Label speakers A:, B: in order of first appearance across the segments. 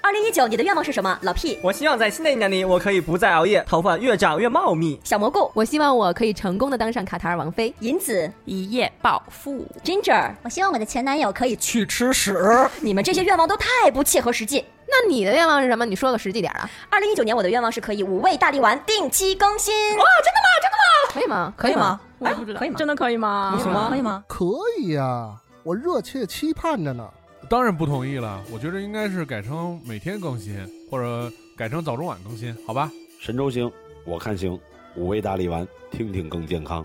A: 二零一九，你的愿望是什么？老屁，
B: 我希望在新的一年里，我可以不再熬夜，头发越长越茂密。
A: 小蘑菇，
C: 我希望我可以成功的当上卡塔尔王妃，
A: 银子
C: 一夜暴富。
A: ，Ginger，
D: 我希望我的前男友可以
B: 去吃屎！
A: 你们这些愿望都太不切合实际。
C: 那你的愿望是什么？你说个实际点 儿啊？
A: 二零一九年我的愿望是可以五味大力丸定期更新。
C: 可以吗？
D: 可以吗？？
E: 我不知道，
D: 可以吗
E: 哎真的可以吗？
B: 行吗
D: 可以吗？
F: 可以呀、我热切期盼着呢。
G: 当然不同意了，我觉得应该是改成每天更新，或者改成早中晚更新，好吧？
H: 神州行，我看行，五味大力丸，听听更健康。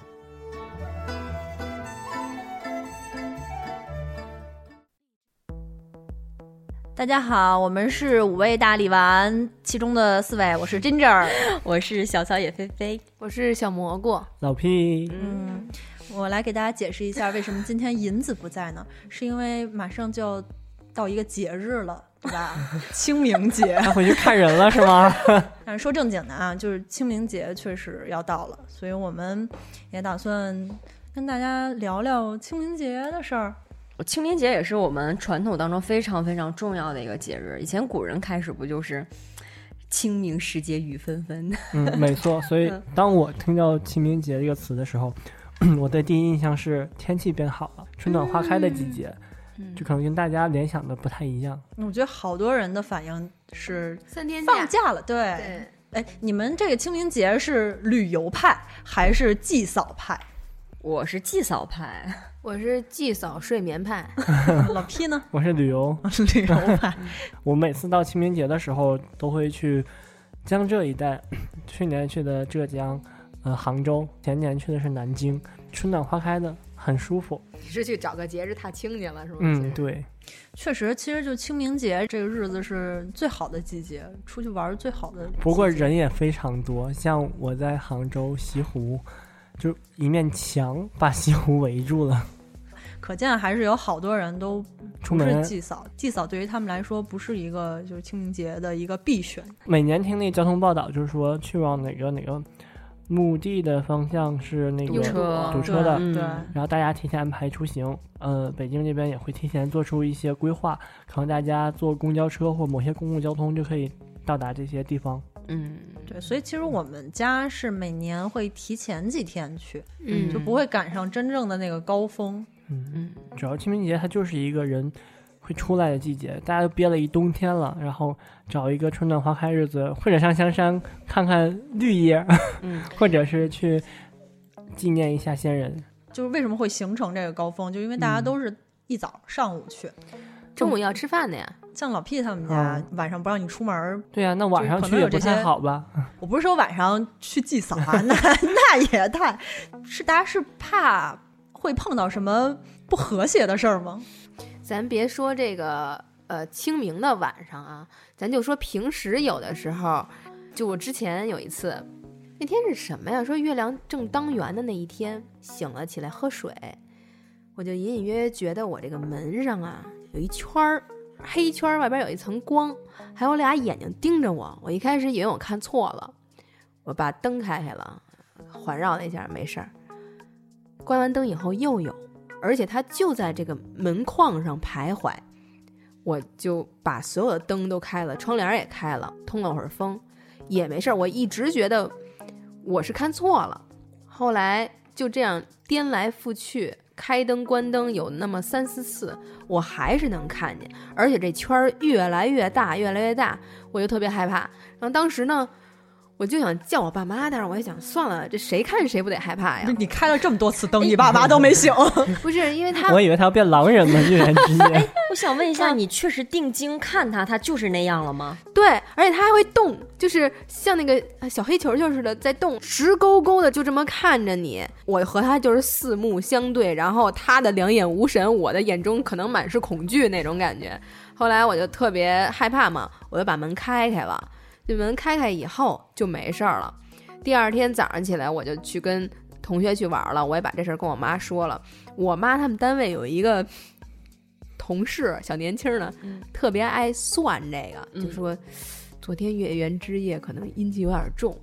D: 大家好，我们是五位大力丸其中的四位，我是 Ginger，我是小草野飞飞。
C: 我是小蘑菇，
B: 老屁，
D: 嗯，我来给大家解释一下为什么今天银子不在呢？是因为马上就要到一个节日了，对 吧？清明节。
B: 他回去看人了是吗？
D: 但是说正经的啊，就是清明节确实要到了，所以我们也打算跟大家聊聊清明节的事儿。
E: 清明节也是我们传统当中非常非常重要的一个节日。以前古人开始不就是清明时节雨纷纷，
B: 嗯，没错。所以当我听到清明节这个词的时候， 我的第一印象是天气变好了，春暖花开的季节，就可能跟大家联想的不太一样。
D: 我觉得好多人的反应是
C: 三天
D: 放假了，对。哎，你们这个清明节是旅游派还是祭扫派？
E: 我是祭扫派，
C: 我是祭扫睡眠派，
D: 老 P 呢？
B: 我 是旅游，
D: 旅游派。
B: 我每次到清明节的时候都会去江浙一带， 去年去的浙江，呃，杭州，前年去的是南京，春暖花开的，很舒服。
C: 你是去找个节日踏青去了是吗？
B: 嗯，对，
D: 确实，其实就清明节这个日子是最好的季节，出去玩儿最好的季节。
B: 不过人也非常多，像我在杭州西湖，就一面墙把西湖围住了，
D: 可见还是有好多人都
B: 出
D: 不是
B: 门
D: 祭扫，祭扫对于他们来说不是一个就是清明节的一个必选。
B: 每年听那交通报道，就是说去往哪个哪个墓地的方向是那
C: 堵
B: 个
C: 车
B: 堵
D: 对
B: 车的，
D: 对，
E: 嗯
B: 然后大家提前安排出行，呃，北京这边也会提前做出一些规划，可能大家坐公交车或某些公共交通就可以到达这些地方。
E: 嗯，
D: 对，所以其实我们家是每年会提前几天去，
C: 嗯
D: 就不会赶上真正的那个高峰。
B: 嗯，
E: 嗯，
B: 主要清明节它就是一个人会出来的季节，大家都憋了一冬天了，然后找一个春暖花开日子，或者上香山看看绿叶，
E: 嗯
B: 或者是去纪念一下先人。
D: 就是为什么会形成这个高峰，就因为大家
B: 嗯
D: 都是一早上午去，
C: 中午要吃饭的呀。
D: 像老 P 他们
B: 哦
D: 家晚上不让你出门儿。
B: 对啊呀、那晚上
D: 可能
B: 去也
D: 有这
B: 不太
D: 些
B: 好吧？
D: 我不是说晚上去祭扫啊， 那那也太是大家是怕会碰到什么不和谐的事儿吗？
C: 咱别说这个呃清明的晚上啊，咱就说平时有的时候，就我之前有一次，那天是什么呀？说月亮正当圆的那一天，醒了起来喝水，我就隐隐约约觉得我这个门上啊有一圈儿。黑圈儿外边有一层光，还有俩眼睛盯着我。我一开始以为我看错了，我把灯开开了，环绕了一下，没事儿。关完灯以后又有，而且它就在这个门框上徘徊。我就把所有的灯都开了，窗帘儿也开了，通了会儿风，也没事儿。我一直觉得我是看错了，后来就这样颠来覆去，开灯关灯有那么三四次，我还是能看见，而且这圈儿越来越大，越来越大，我就特别害怕。然后当时呢，我就想叫我爸妈，但是我也想算了，这谁看谁不得害怕呀？
D: 你开了这么多次灯，你爸妈都没 醒。
C: 不是因为 他
B: 我以为他要变狼人 了，居然之夜。
A: 我想问一下，你确实定睛看它，它就是那样了吗？
C: 对，而且它还会动，就是像那个呃小黑球球似的在动，直勾勾的就这么看着你。我和他就是四目相对，然后他的两眼无神，我的眼中可能满是恐惧那种感觉。后来我就特别害怕嘛，我就把门开开了。这门开开以后就没事儿了。第二天早上起来，我就去跟同学去玩了，我也把这事儿跟我妈说了。我妈他们单位有一个同事，小年轻儿呢，
E: 嗯
C: 特别爱算这个，就说昨天月圆之夜可能阴气有点重，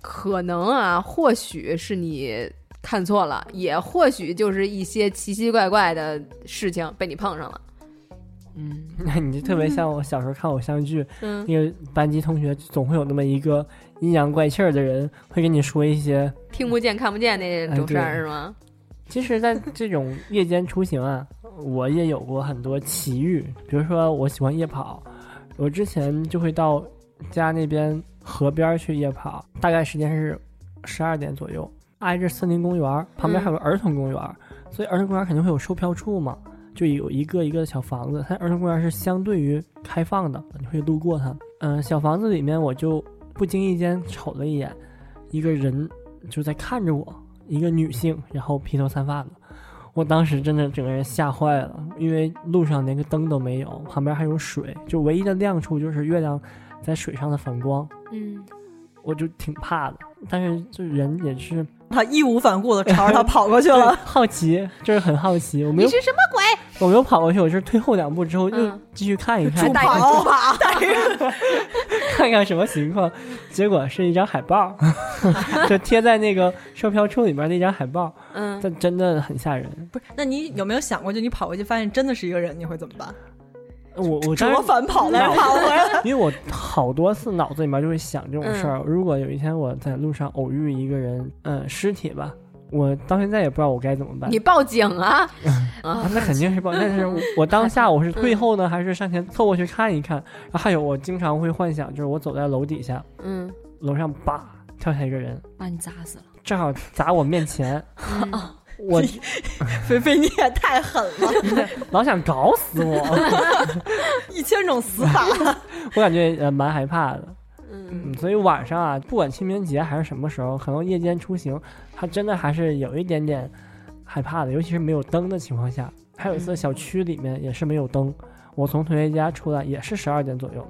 C: 可能啊，或许是你看错了，也或许就是一些奇奇怪怪的事情被你碰上了。嗯
B: 你就特别像我小时候看偶像 剧，
C: 嗯
B: 那个班级同学总会有那么一个阴阳怪气儿的人，会跟你说一些。
C: 听不见看不见那种事
B: 哎
C: 儿
B: 对
C: 是吗？
B: 其实，在这种夜间出行啊，我也有过很多奇遇。比如说，我喜欢夜跑，我之前就会到家那边河边儿去夜跑，大概时间是十二点左右，挨着森林公园儿，旁边还有个儿童公园儿，所以儿童公园儿肯定会有售票处嘛，就有一个一个的小房子。它儿童公园儿是相对于开放的，你会路过它。嗯，小房子里面我就不经意间瞅了一眼，一个人就在看着我，一个女性，然后披头散发的。我当时真的整个人吓坏了，因为路上连个灯都没有，旁边还有水，就唯一的亮处就是月亮在水上的反光，
C: 嗯，
B: 我就挺怕的。但是这人也是。
D: 他义无反顾的朝着他跑过去了
B: 好奇，就是很好 奇，我没
C: 啊
B: 有
C: 你是什么鬼？
B: 我没有跑过去，我是退后两步之后又
C: 嗯
B: 继续看一看，
D: 助跑，带着
B: 看看什么情况，结果是一张海报， 就贴在那个售票处里面的一张海报，
C: 嗯，
B: 但真的很吓人。
D: 不是，那你有没有想过，就你跑过去发现真的是一个人，你会怎么办？
B: 我 我当
D: 折
B: 时，
D: 返跑来跑回来。
B: 因为我好多次脑子里面就会想这种事儿。如果有一天我在路上偶遇一个人，嗯，尸体吧，我到现在也不知道我该怎么办
C: 你。报警啊！啊
B: 啊，那肯定是报，但是我我当下我是退后呢，还是上前凑过去看一看？然后还有，我经常会幻想，就是我走在楼底下，
C: 嗯，
B: 楼上叭跳下一个人，
E: 把你砸死了。
B: 正好砸我面前，我
D: 菲菲，你也太狠了，
B: 老想搞死我，
D: 一千种死法。
B: 我感觉呃蛮害怕的。
C: 嗯
B: 嗯，所以晚上啊，不管清明节还是什么时候，可能夜间出行，它真的还是有一点点害怕的，尤其是没有灯的情况下。还有一
C: 嗯
B: 次小区里面也是没有灯，我从同学家出来也是十二点左右，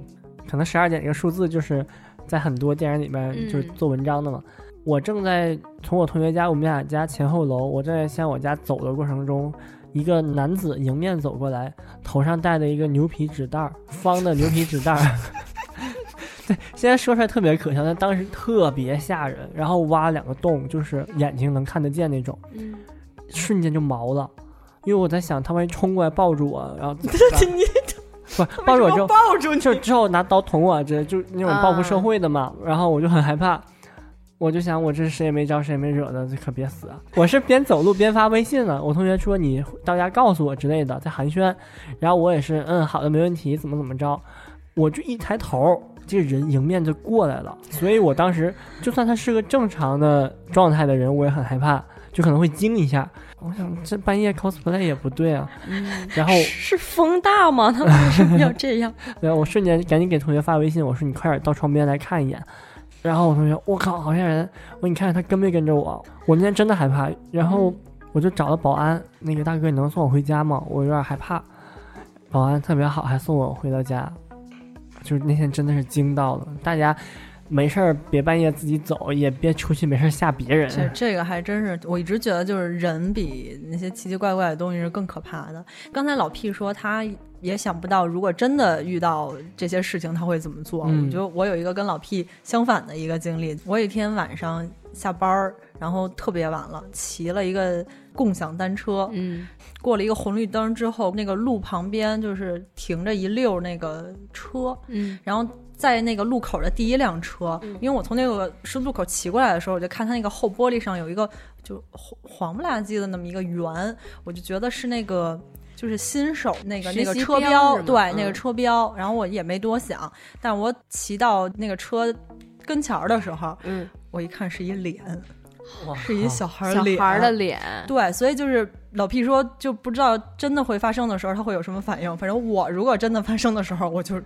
B: 可能十二点这个数字就是在很多电影里面
C: 嗯
B: 就是做文章的嘛。我正在从我同学家，我们俩家前后楼，我正在向我家走的过程中，一个男子迎面走过来，头上戴的一个牛皮纸袋儿，方的牛皮纸袋儿。对，现在说出来特别可笑，但当时特别吓人。然后挖了两个洞，就是眼睛能看得见那种，
C: 嗯，
B: 瞬间就毛了。因为我在想，他万一冲过来抱住我，然后怎么办
D: 你
B: 不是抱住我之后，
D: 抱住你，
B: 就之后拿刀捅我，啊这就那种报复社会的嘛。然后我就很害怕，我就想我这谁也没招谁也没惹的，这可别死啊！我是边走路边发微信呢，我同学说你到家告诉我之类的，在寒暄。然后我也是嗯好的没问题，怎么怎么着，我就一抬头。这个人迎面就过来了，所以我当时就算他是个正常的状态的人，我也很害怕，就可能会惊一下。我想这半夜 cosplay 也不对啊。然后
A: 是风大吗？他为什么要这样？
B: 然后我瞬间赶紧给同学发微信，我说你快点到窗边来看一眼。然后我同学，我靠，好吓人！我说你看他跟没跟着我？我那天真的害怕。然后我就找了保安，那个大哥，你能送我回家吗？我有点害怕。保安特别好，还送我回到家。就是那天真的是惊到了，大家没事儿别半夜自己走，也别出去没事儿吓别人。
D: 这这个还真是，我一直觉得就是人比那些奇奇怪怪的东西是更可怕的。刚才老 P 说他也想不到，如果真的遇到这些事情，他会怎么做。
B: 嗯
D: 我觉得我有一个跟老 P 相反的一个经历，我有一天晚上下班儿，然后特别晚了，骑了一个共享单车，
C: 嗯
D: 过了一个红绿灯之后，那个路旁边就是停着一溜儿那个车，
C: 嗯
D: 然后在那个路口的第一辆车，因为我从那个十字路口骑过来的时候，我就看它那个后玻璃上有一个就黄黄不拉几的那么一个圆，我就觉得是那个。就是新手那个
C: 实
D: 那个
C: 习
D: 车
C: 标
D: 标，
C: 是吗
D: 对、
C: 嗯
D: 那个车标，然后我也没多想，但我骑到那个车跟前儿的时候，
C: 嗯，
D: 我一看是一脸，
B: 哇
D: 是一小孩儿
C: 小
D: 脸，
C: 孩儿的脸，
D: 对，所以就是老 P 说，就不知道真的会发生的时候，他会有什么反应。反正我如果真的发生的时候，我就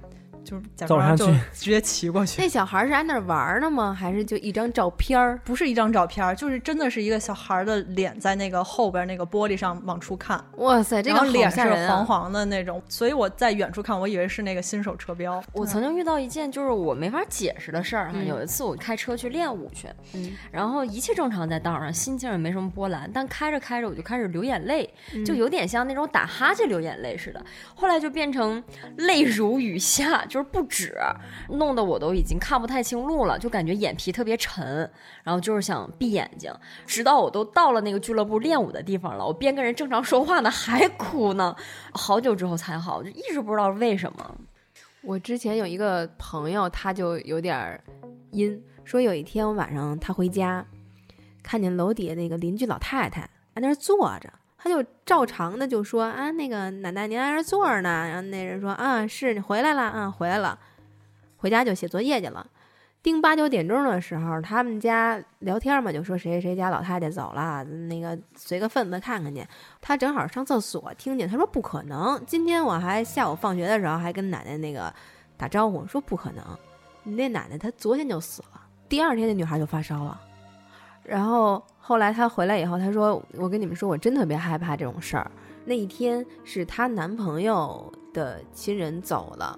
D: 就是假
B: 走上
D: 装
B: 去
D: 就直接骑过去。
C: 那小孩儿是在那儿玩儿呢吗？还是就一张照片儿？
D: 不是一张照片，就是真的是一个小孩的脸在那个后边那个玻璃上往出看，
C: 哇塞，这
D: 然
C: 个
D: 后
C: 好
D: 脸是
C: 吓人啊
D: 黄黄的那种，所以我在远处看，我以为是那个新手车标。
E: 我曾经遇到一件就是我没法解释的事儿哈、
C: 嗯
E: 有一次我开车去练舞去，
C: 嗯
E: 然后一切正常在道上，心情也没什么波澜，但开着开着我就开始流眼泪，
C: 嗯
E: 就有点像那种打哈欠流眼泪似的，后来就变成泪如雨下，
A: 就是不止，弄得我都已经看不太清路了，就感觉眼皮特别沉，然后就是想闭眼睛，直到我都到了那个俱乐部练舞的地方了，我边跟人正常说话呢，还哭呢，好久之后才好，就一直不知道为什么。
C: 我之前有一个朋友，他就有点儿阴，说有一天晚上他回家，看见楼底下那个邻居老太太在那儿坐着，他就照常的就说啊，那个奶奶您在那儿坐着呢。然后那人说啊，是你回来了啊，回来了，回家就写作业去了。定八九点钟的时候，他们家聊天嘛，就说谁谁谁家老太太走了，那个随个份子看看去。他正好上厕所听见，他说不可能。今天我还下午放学的时候还跟奶奶那个打招呼，说不可能，你那奶奶她昨天就死了，第二天那女孩就发烧了。然后后来她回来以后，她说我跟你们说，我真特别害怕这种事儿。那一天是她男朋友的亲人走了，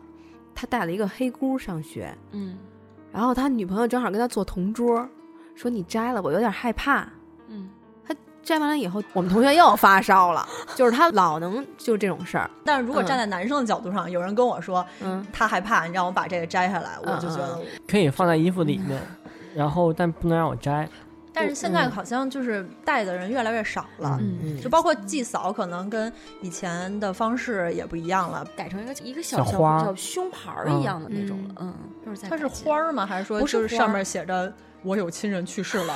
C: 她带了一个黑姑上学，
A: 嗯
C: 然后她女朋友正好跟她做同桌，说你摘了，我有点害怕。
A: 嗯，
C: 摘完了以后，我们同学又发烧 了，就是她老能就这种事儿。
D: 但是如果
C: 嗯
D: 站在男生的角度上，有人跟我说
C: 嗯，
D: 他害怕，你让我把这个摘下来，我就觉得
C: 嗯
D: 我
B: 可以放在衣服里面，然后但不能让我摘。
D: 但是现在好像就是戴的人越来越少了，
B: 嗯
A: 嗯
D: 就包括祭扫，可能跟以前的方式也不一样了。
A: 改成一个一个
B: 小花儿
A: 小胸牌儿一样的那种了，嗯，就是在
D: 它是
A: 改进
D: 花儿吗？还是说
A: 不是
D: 就是上
A: 花儿
D: 面写着“我有亲人去世 了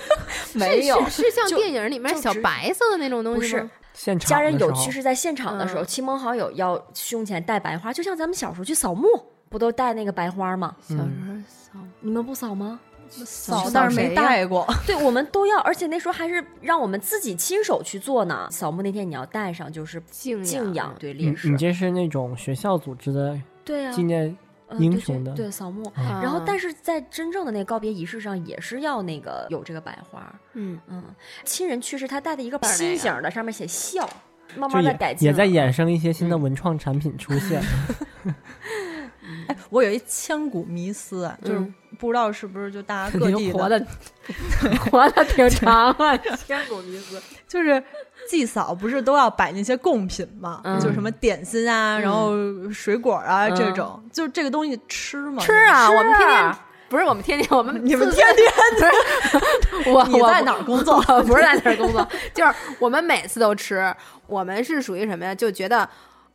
A: 没有
C: 是是像
A: 就
C: 电影里面
A: 就
C: 小
A: 直
C: 白色的那种东
A: 不
C: 西
A: 是
C: 吗？
B: 现场
A: 家人
B: 的时
A: 有
B: 候
A: 去是在现场的时候，
C: 嗯
A: 亲朋好友要胸前戴白花，就像咱们小时候去扫墓，不都戴那个白花吗？
C: 小
B: 嗯
C: 时候扫
A: 你们不扫吗？”，
D: 扫
A: 扫，
D: 但是没
A: 谁呀
D: 戴过。
A: 对，我们都要，而且那时候还是让我们自己亲手去做呢。扫墓那天你要带上，就是
B: 嗯
C: 敬
A: 敬仰对
B: 你
A: 烈士
B: 你，这是那种学校组织的
A: 对啊，
B: 纪念，
A: 嗯
B: 英
A: 对
B: 雄
A: 这
B: 的
A: 对扫墓。
B: 啊
A: 然后，但
C: 是
A: 是在真正的那个告别仪式上，也是要那个有这个白花，
C: 嗯，
A: 嗯，亲人去世，他带的一个
C: 带那
A: 心
C: 个
A: 形儿的，上面写孝，慢
B: 就
A: 慢的改
B: 也
A: 进
B: 也在
A: 了
B: 衍生一些新的
A: 嗯
B: 文创产品出 现。
D: 哎， 我有一千古迷思，啊，就是
C: 嗯
D: 不知道是不是就大家各地
C: 活
D: 的
C: 的活的挺长啊，千古迷思。
D: 就是祭扫不是都要摆那些贡品嘛，
C: 嗯
D: 就是什么点心啊，然后水果啊、
C: 嗯
D: 这种，就这个东西吃吗？
C: 吃啊，我们天天不是我们天天，我们
D: 你们
C: 自
D: 天天
C: 我
D: 你在哪儿工作？
C: 我不是在那儿工作，就是我们每次都吃。我们是属于什么呀？就觉得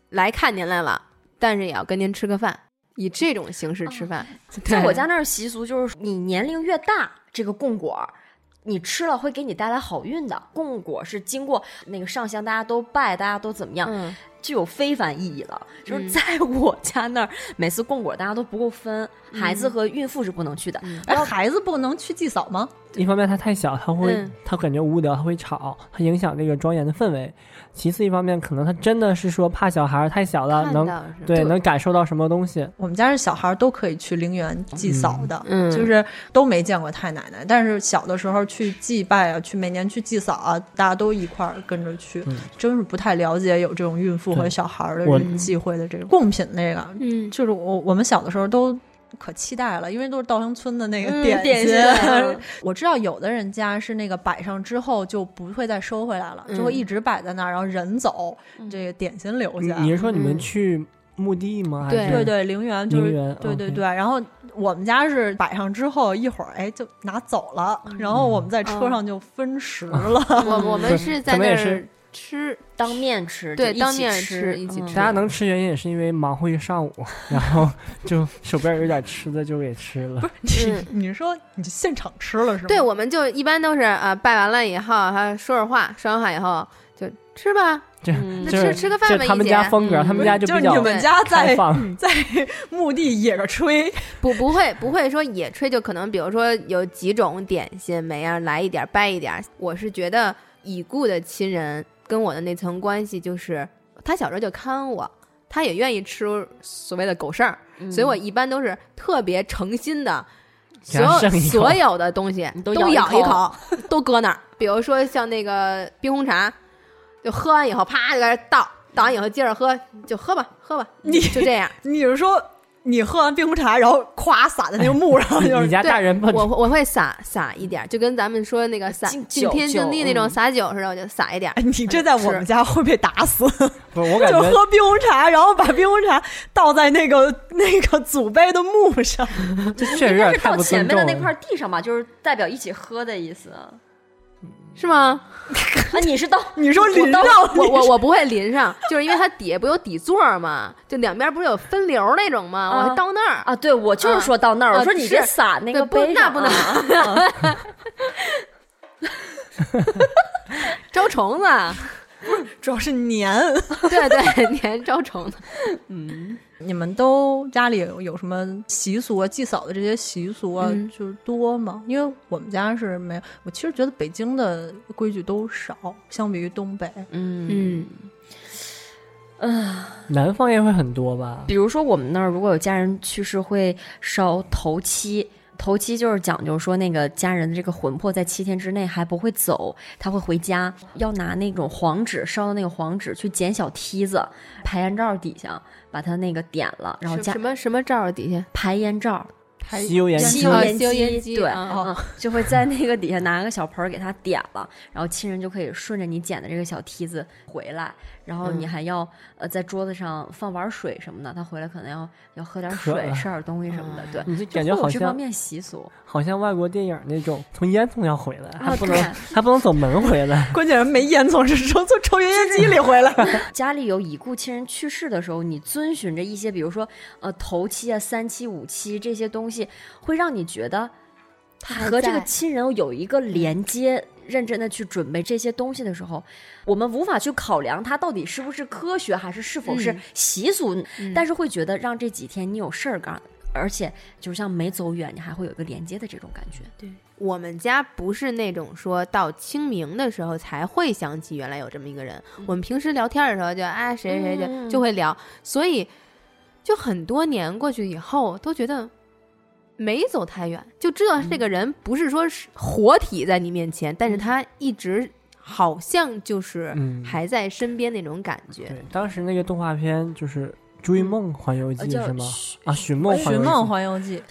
C: 来看您来了，但是也要跟您吃个饭，以这种形式吃饭。
D: 哦
A: 在我家那儿习俗就是，你年龄越大，这个供果儿你吃了会给你带来好运的。供果是经过那个上香，大家都拜，大家都怎么样，
C: 嗯，
A: 具有非凡意义了。就是
C: 嗯
A: 在我家那儿，每次供果大家都不够分，孩
B: 嗯
A: 子和孕妇是不能去的。
D: 哎，孩子不能去祭扫吗？
B: 一方面它太小，它会、
C: 嗯
B: 它感觉无聊，它会吵，它影响这个庄严的氛围。其次一方面，可能他真的是说怕小孩儿太小了，
C: 看到
B: 能
C: 是吧
B: 对能感受到什么东西。
D: 我们家是小孩儿都可以去陵园祭扫的，
C: 嗯
D: 就是都没见过太奶奶，但是小的时候去祭拜啊，去每年去祭扫啊，大家都一块儿跟着去，
B: 嗯
D: 真是不太了解有这种孕妇和
B: 对
D: 小孩儿的
B: 我
D: 人忌讳的这种贡品那个，
C: 嗯，
D: 就是我我们小的时候都。可期待了，因为都是稻香村的那个
A: 嗯
D: 点
A: 点
D: 心。啊
A: 心嗯
D: 我知道有的人家是那个摆上之后就不会再收回来了，
C: 嗯
D: 就会一直摆在那儿，然后人走，
A: 嗯
D: 这个点心留
B: 你
D: 下。
B: 你是说你们
C: 嗯
B: 去墓地吗？还
C: 对
B: 是
D: 对对，陵园就
B: 陵
D: 是
B: 园？
D: 对对
B: OK
D: 对，然后我们家是摆上之后一会儿，哎，就拿走了，
B: 嗯
D: 然后我们
C: 嗯
D: 在车上就分食了。
C: 我我们是在
B: 咱们
C: 那
B: 也
C: 儿
B: 是
C: 吃，
A: 当面吃，
C: 对
A: 就一
C: 当
A: 起
C: 面
A: 吃，
C: 吃一起吃
B: 大家能吃原因也是因为忙活一上午，然 后就手边有点吃的就给吃了。
C: 嗯
D: 你说你就现场吃了是吗？
C: 对，我们就一般都是啊、拜完了以后，还说说话，说完话以后就吃吧，
B: 这
A: 嗯
C: 那
B: 这
C: 吃吃个饭
B: 这
C: 吧，
B: 他们
C: 一
B: 家
C: 姐
B: 风格，他们家就
D: 就是
B: 比较
D: 你们家
B: 开
D: 在
B: 放。
D: 在墓地野着吹，
C: 不不会不会说野炊，就可能比如说有几种点心，每样来一点儿掰一点儿。我是觉得已故的亲人跟我的那层关系，就是他小时候就看我，他也愿意吃所谓的狗剩儿，
A: 嗯
C: 所以我一般都是特别诚心的。
B: 给
C: 所
B: 他
C: 有
B: 剩一口
C: 所有的东西
A: 你都
C: 都
A: 咬一
C: 咬一口，都搁那儿。比如说像那个冰红茶，就喝完以后啪就在这儿倒，倒完以后接着喝，就喝吧，喝吧，
D: 你
C: 就这样。
D: 你是说你喝完冰红茶，然后咵洒在那个木上， 就
B: 哎你
D: 是
A: 啊
B: 家大人不
C: 我我会撒撒一点儿，就跟咱们说那个撒
A: 敬
C: 敬天
A: 酒
C: 敬地那种
A: 嗯
C: 撒酒似的，我就撒一点儿。
D: 哎你这在我们家会被打死。
B: 不是我感
D: 就
B: 觉
D: 喝冰红茶，然后把冰红茶倒在那个那个祖杯的木上。
B: 这确实有
A: 应该
B: 点
A: 是
B: 太
A: 到
B: 不
A: 前
B: 尊
A: 面
B: 重
A: 的那块
B: 了。
A: 地上吧，就是代表一起喝的意思。啊，
C: 是吗？
A: 你是到
D: 你说
C: 我
D: 淋
C: 倒
D: 到
C: 我我我不会淋上，就是因为它底下不有底座儿嘛，就两边不是有分流儿那种嘛，我
A: 啊
C: 还倒那儿。
A: 啊？对，我就是说到那儿，
C: 啊
A: 我说你这
C: 是
A: 撒那个
C: 对不
A: 杯
C: 那
A: 上
C: 不
A: 啊
C: 能招虫 子，
D: 主要是黏。
C: 对对，粘招虫子。
D: 你们都家里有什么习俗啊？祭扫的这些习俗啊，
C: 嗯
D: 就是多吗？因为我们家是没有。我其实觉得北京的规矩都少，相比于东北。
A: 嗯，
C: 嗯，
B: 南方也会很多吧？
A: 比如说我们那儿如果有家人去世，会烧头七。头七就是讲究说，那个家人的这个魂魄在七天之内还不会走，他会回家，要拿那种黄纸烧的那个黄纸去捡小梯子，排烟罩底下把它那个点了，然后
C: 什
A: 加
C: 什么什么罩儿底下？
A: 排烟罩，
B: 西游言
A: 吸
B: 机哦
A: 油
C: 啊
A: 烟
C: 吸油烟
A: 机，
C: 机
A: 对，
C: 啊
A: 嗯，就会在那个底下拿个小盆儿给它点了，然后亲人就可以顺着你捡的这个小梯子回来，然后你
B: 嗯
A: 还要呃在桌子上放碗水什么的，他回来可能要要喝点
B: 渴
A: 水，
B: 了嗯
A: 吃点东西什么的，对。
B: 你就
A: 就
B: 感觉
A: 会有
B: 好
A: 这方
B: 像
A: 面习俗
B: 好像外国电影那种，从烟囱要回来，还不能
A: 哦啊对
B: 还不能走门回 来。
D: 关键是没烟囱，是从从抽油烟机里回来。
A: 家里有已故亲人去世的时候，你遵循着一些，比如说呃头七啊、三七、五七这些东西，会让你觉得
C: 他
A: 和这个亲人有一个连接，认真的去准备这些东西的时候，我们无法去考量它到底是不是科学，还是是否是
C: 嗯
A: 习俗，但
C: 是
A: 是会觉得让这几天你有事儿干，而且就像没走远，你还会有一个连接的这种感觉。
C: 我们家不是那种说到清明的时候才会想起原来有这么一个人。我们平时聊天的时候就啊谁谁谁
A: 嗯
C: 就就会聊，所以就很多年过去以后都觉得。没走太远，就知道这个人不是说是活体在你面前，但是他一直好像就是
B: 嗯，
C: 还在身边那种感觉。
B: 对，当时那个动画片就是《追梦环游记
A: 呃》叫
B: 是
A: 哦
B: 吗？
A: 寻
B: 啊，寻梦环
D: 寻
B: 游
D: 梦
B: 记
D: 环游记，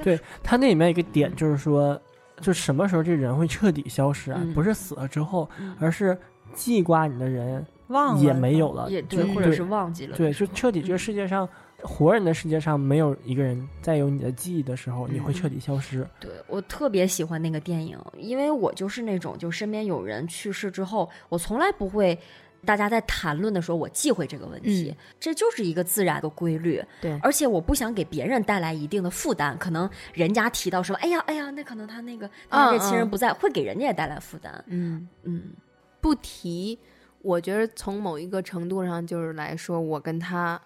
B: 它那里面有一个点就是说，就什么时候这人会彻底消失啊？
A: 嗯
B: 不是死了之后，
A: 嗯
B: 而是记挂你的人
D: 忘了
B: 也没有了，
A: 也
B: 就
A: 对，
C: 嗯
B: 是
A: 或者是忘记了。
B: 对，就彻底这个世界上。活人的世界上没有一个人再有你的记忆的时候，你会
C: 嗯
B: 彻底消失。
A: 对我特别喜欢那个电影，因为我就是那种，就身边有人去世之后，我从来不会。大家在谈论的时候，我忌讳这个问题，
C: 嗯
A: 这就是一个自然的规律。
C: 对
A: 而且我不想给别人带来一定的负担。可能人家提到什么，哎呀，哎呀，那可能他那个他这
C: 嗯
A: 亲人
C: 嗯
A: 不在，会给人家也带来负担。
C: 嗯，
A: 嗯，
C: 不提，我觉得从某一个程度上就是来说，我跟他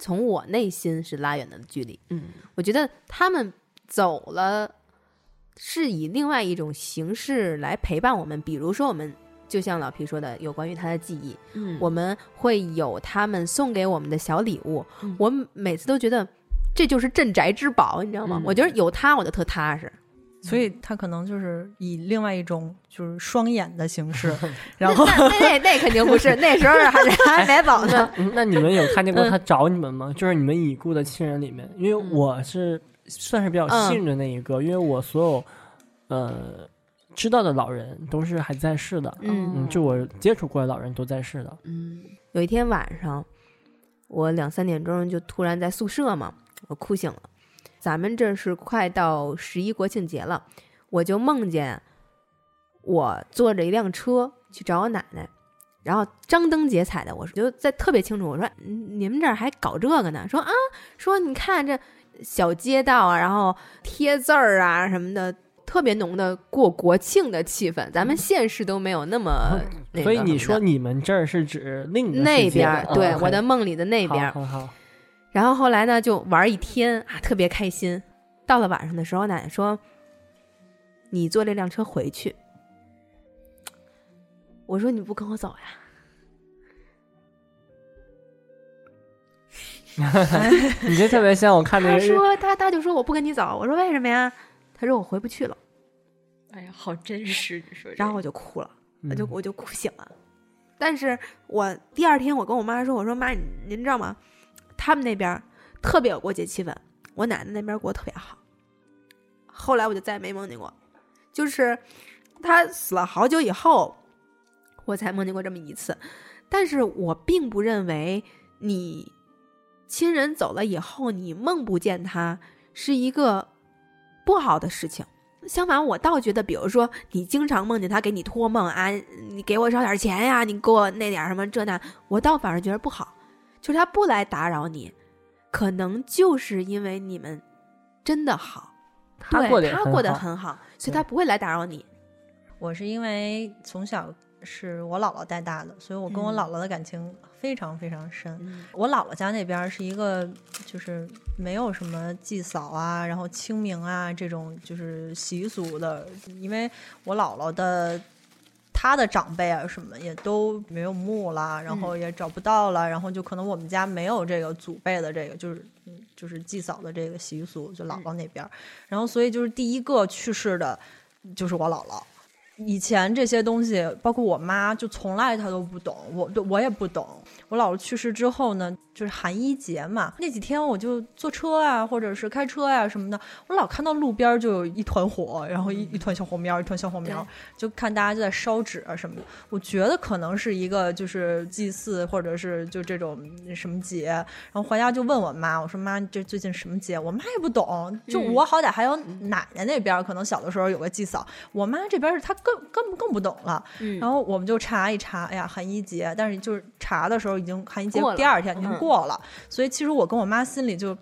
C: 从我内心是拉远的距离。
A: 嗯，
C: 我觉得他们走了，是以另外一种形式来陪伴我们，比如说我们。就像老皮说的，有关于他的记忆，
A: 嗯
C: 我们会有他们送给我们的小礼物。
A: 嗯
C: 我每次都觉得这就是镇宅之宝，你知道吗？
A: 嗯
C: 我觉得有它，我就特踏实。
D: 所以他可能就是以另外一种就是双眼的 形式，
C: 那
D: 然后
C: 那那那肯定不 是，那时候还还没走呢。
B: 嗯那你们有看见过他找你们吗？就是你们已故的亲人里面，因为我是算是比较
C: 嗯
B: 幸运的那一个，因为我所有呃知道的老人都是还在世的，
C: 嗯
B: 嗯，就我接触过的老人都在世的，
A: 嗯
C: 有一天晚上，我两三点钟就突然在宿舍嘛，我哭醒了。咱们这是快到十一国庆节了，我就梦见我坐着一辆车去找我奶奶，然后张灯结彩的，我就在特别清楚，我说嗯你们这儿还搞这个呢？说啊，说你看这小街道啊，然后贴字儿啊什么的。特别浓的过国庆的气氛，咱们县市都没有那么那个什么的。啊
B: 所以你说你们这儿是指另一个
C: 那
B: 世界
C: 边
B: 的嗯
C: 儿，对，
B: 好
C: 我的梦里的那边儿。
B: 好 好好，
C: 然后后来呢，就玩一天啊，特别开心。到了晚上的时候，奶奶说：“你坐这辆车回去。”我说：“你不跟我走呀
B: 你这特别像我？”看那
C: 他
B: 个日
C: 说：“他他就说我不跟你走。”我说：“为什么呀？”他说：“我回不去了。
A: 哎呀，好真实，你说”
C: 然后我就哭了，我就
B: 嗯
C: 我就哭醒了。但是我第二天我跟我妈说：“我说妈，你您知道吗？他们那边儿特别有过节气氛，
I: 我奶奶那边过得特别好。后来我就再也没梦见过，就是她死了好久以后，我才梦见过这么一次。但是我并不认为你亲人走了以后，你梦不见他是一个不好的事情。相反，我倒觉得，比如说你经常梦见他给你托梦啊，你给我少点钱呀、你给我那点什么这那，我倒反而觉得不好，就是他不来打扰你，可能就是因为你们真的好，
B: 他
I: 对
B: 过得也
I: 他
B: 很
I: 过得
B: 好
I: 很好，所以他不会来打扰你。
D: 我是因为从小是我姥姥带大的，所以我跟我
I: 嗯
D: 姥姥的感情非常非常深。我姥姥家那边儿是一个就是没有什么祭扫啊，然后清明啊这种就是习俗的，因为我姥姥的。她的长辈啊，什么也都没有墓了，然后也找不到了，然后就可能我们家没有这个祖辈的这个，就是嗯就是祭扫的这个习俗，就姥姥那边儿，然后所以就是第一个去世的，就是我姥姥。以前这些东西，包括我妈，就从来她都不懂，我我也不懂，我姥姥去世之后呢，就是寒衣节嘛，那几天我就坐车啊，或者是开车呀、什么的，我老看到路边儿就有一团火，然后一一团小火苗，一团小火苗，就看大家就在烧纸啊什么的。我觉得可能是一个就是祭祀或者是就这种什么节，然后回家就问我妈，我说妈，这最近什么节？我妈也不懂，就我好歹还有奶奶那边儿，可能小的时候有个祭扫，我妈这边儿她更更更不懂了。
A: 嗯
D: 然后我们就查一查，哎呀，寒衣节，但是就是查的时候已经寒衣节
A: 过了嗯
D: 第二天已经过了，所以其实我跟我妈心里就